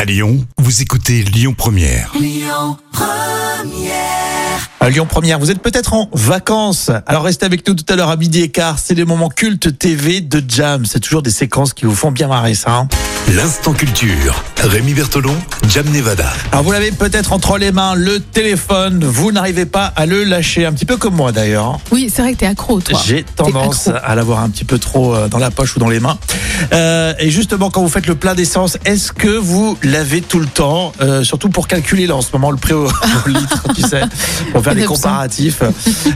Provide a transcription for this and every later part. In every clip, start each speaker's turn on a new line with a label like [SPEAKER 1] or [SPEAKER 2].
[SPEAKER 1] À Lyon, vous écoutez Lyon Première.
[SPEAKER 2] À Lyon Première, vous êtes peut-être en vacances. Alors restez avec nous tout à l'heure à midi et quart. C'est les moments cultes TV de Jam. C'est toujours des séquences qui vous font bien marrer ça. hein.
[SPEAKER 1] L'instant culture. Rémi Bertolon, Jam Nevada.
[SPEAKER 2] Alors vous l'avez peut-être entre les mains, le téléphone. Vous n'arrivez pas à le lâcher. Un petit peu comme moi d'ailleurs. hein.
[SPEAKER 3] Oui, c'est vrai que t'es accro, toi.
[SPEAKER 2] J'ai tendance
[SPEAKER 3] accro.
[SPEAKER 2] à l'avoir un petit peu trop euh, dans la poche ou dans les mains. Euh, et justement, quand vous faites le plein d'essence, est-ce que vous l'avez tout le temps, euh, surtout pour calculer là en ce moment le prix au, au litre, tu sais, pour faire des
[SPEAKER 3] 900.
[SPEAKER 2] comparatifs.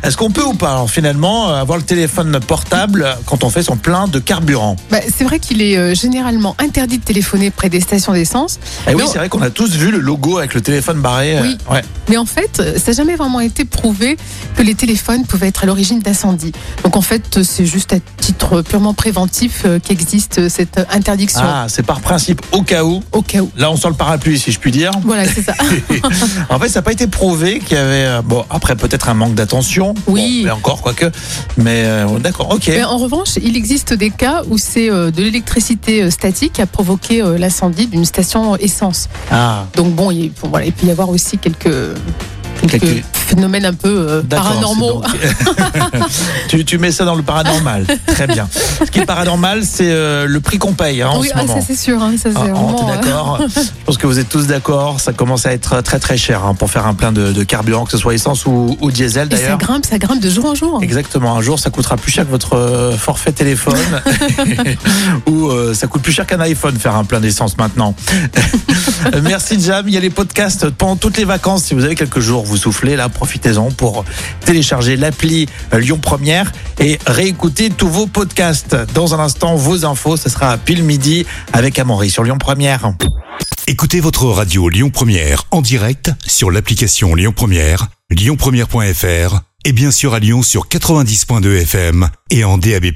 [SPEAKER 2] Est-ce qu'on peut ou pas alors, finalement euh, avoir le téléphone portable quand on fait son plein de carburant
[SPEAKER 3] Bah, c'est vrai qu'il est euh, généralement interdit de téléphoner près des stations d'essence.
[SPEAKER 2] Et Eh oui,
[SPEAKER 3] Non.
[SPEAKER 2] c'est vrai qu'on a tous vu le logo avec le téléphone barré. euh,
[SPEAKER 3] Oui.
[SPEAKER 2] ouais.
[SPEAKER 3] Mais en fait, euh, ça n'a jamais vraiment été prouvé que les téléphones pouvaient être à l'origine d'incendies. Donc en fait, euh, c'est juste à titre purement préventif euh, qu'existe euh, cette interdiction.
[SPEAKER 2] Ah, c'est par principe au cas où.
[SPEAKER 3] Au cas où.
[SPEAKER 2] Là, on sort le parapluie, si je puis dire.
[SPEAKER 3] Voilà, c'est ça.
[SPEAKER 2] En fait, ça n'a pas été prouvé qu'il y avait. euh, Bon, après, peut-être un manque d'attention.
[SPEAKER 3] Oui.
[SPEAKER 2] Bon, mais encore, quoique. Mais euh, d'accord, ok.
[SPEAKER 3] Mais en revanche, il existe des cas où c'est euh, de l'électricité euh, statique qui a provoqué euh, l'incendie d'une station essence.
[SPEAKER 2] Ah,
[SPEAKER 3] Donc bon, il, bon, voilà, il peut y avoir aussi quelques, quelques
[SPEAKER 2] Quelques-
[SPEAKER 3] phénomènes un peu euh,
[SPEAKER 2] d'accord,
[SPEAKER 3] paranormaux.
[SPEAKER 2] c'est donc- tu, tu mets ça dans le paranormal. Très bien. Ce qui est paranormal, c'est euh, le prix qu'on paye hein, en
[SPEAKER 3] oui,
[SPEAKER 2] ce
[SPEAKER 3] ah,
[SPEAKER 2] moment.
[SPEAKER 3] ça c'est sûr, hein, ça c'est
[SPEAKER 2] Ah, ah,
[SPEAKER 3] vraiment.
[SPEAKER 2] t'es
[SPEAKER 3] euh,
[SPEAKER 2] d'accord. Je pense que vous êtes tous d'accord. Ça commence à être très très cher hein, pour faire un plein de, de carburant, que ce soit essence ou, ou diesel
[SPEAKER 3] et ça
[SPEAKER 2] d'ailleurs.
[SPEAKER 3] grimpe, ça grimpe de jour en jour.
[SPEAKER 2] Exactement. Un jour, ça coûtera plus cher que votre euh, forfait téléphone, ou euh, ça coûte plus cher qu'un iPhone faire un plein d'essence maintenant. Merci Jam. Il y a les podcasts pendant toutes les vacances. Si vous avez quelques jours, vous soufflez là, profitez-en pour télécharger l'appli euh, Lyon Première et réécouter tous vos podcasts. Dans un instant, vos infos. Ce sera à pile midi avec Amaury sur Lyon Première.
[SPEAKER 1] Écoutez votre radio Lyon Première en direct sur l'application Lyon Première, lyonpremière.fr et bien sûr à Lyon sur 90.2 FM et en DAB+.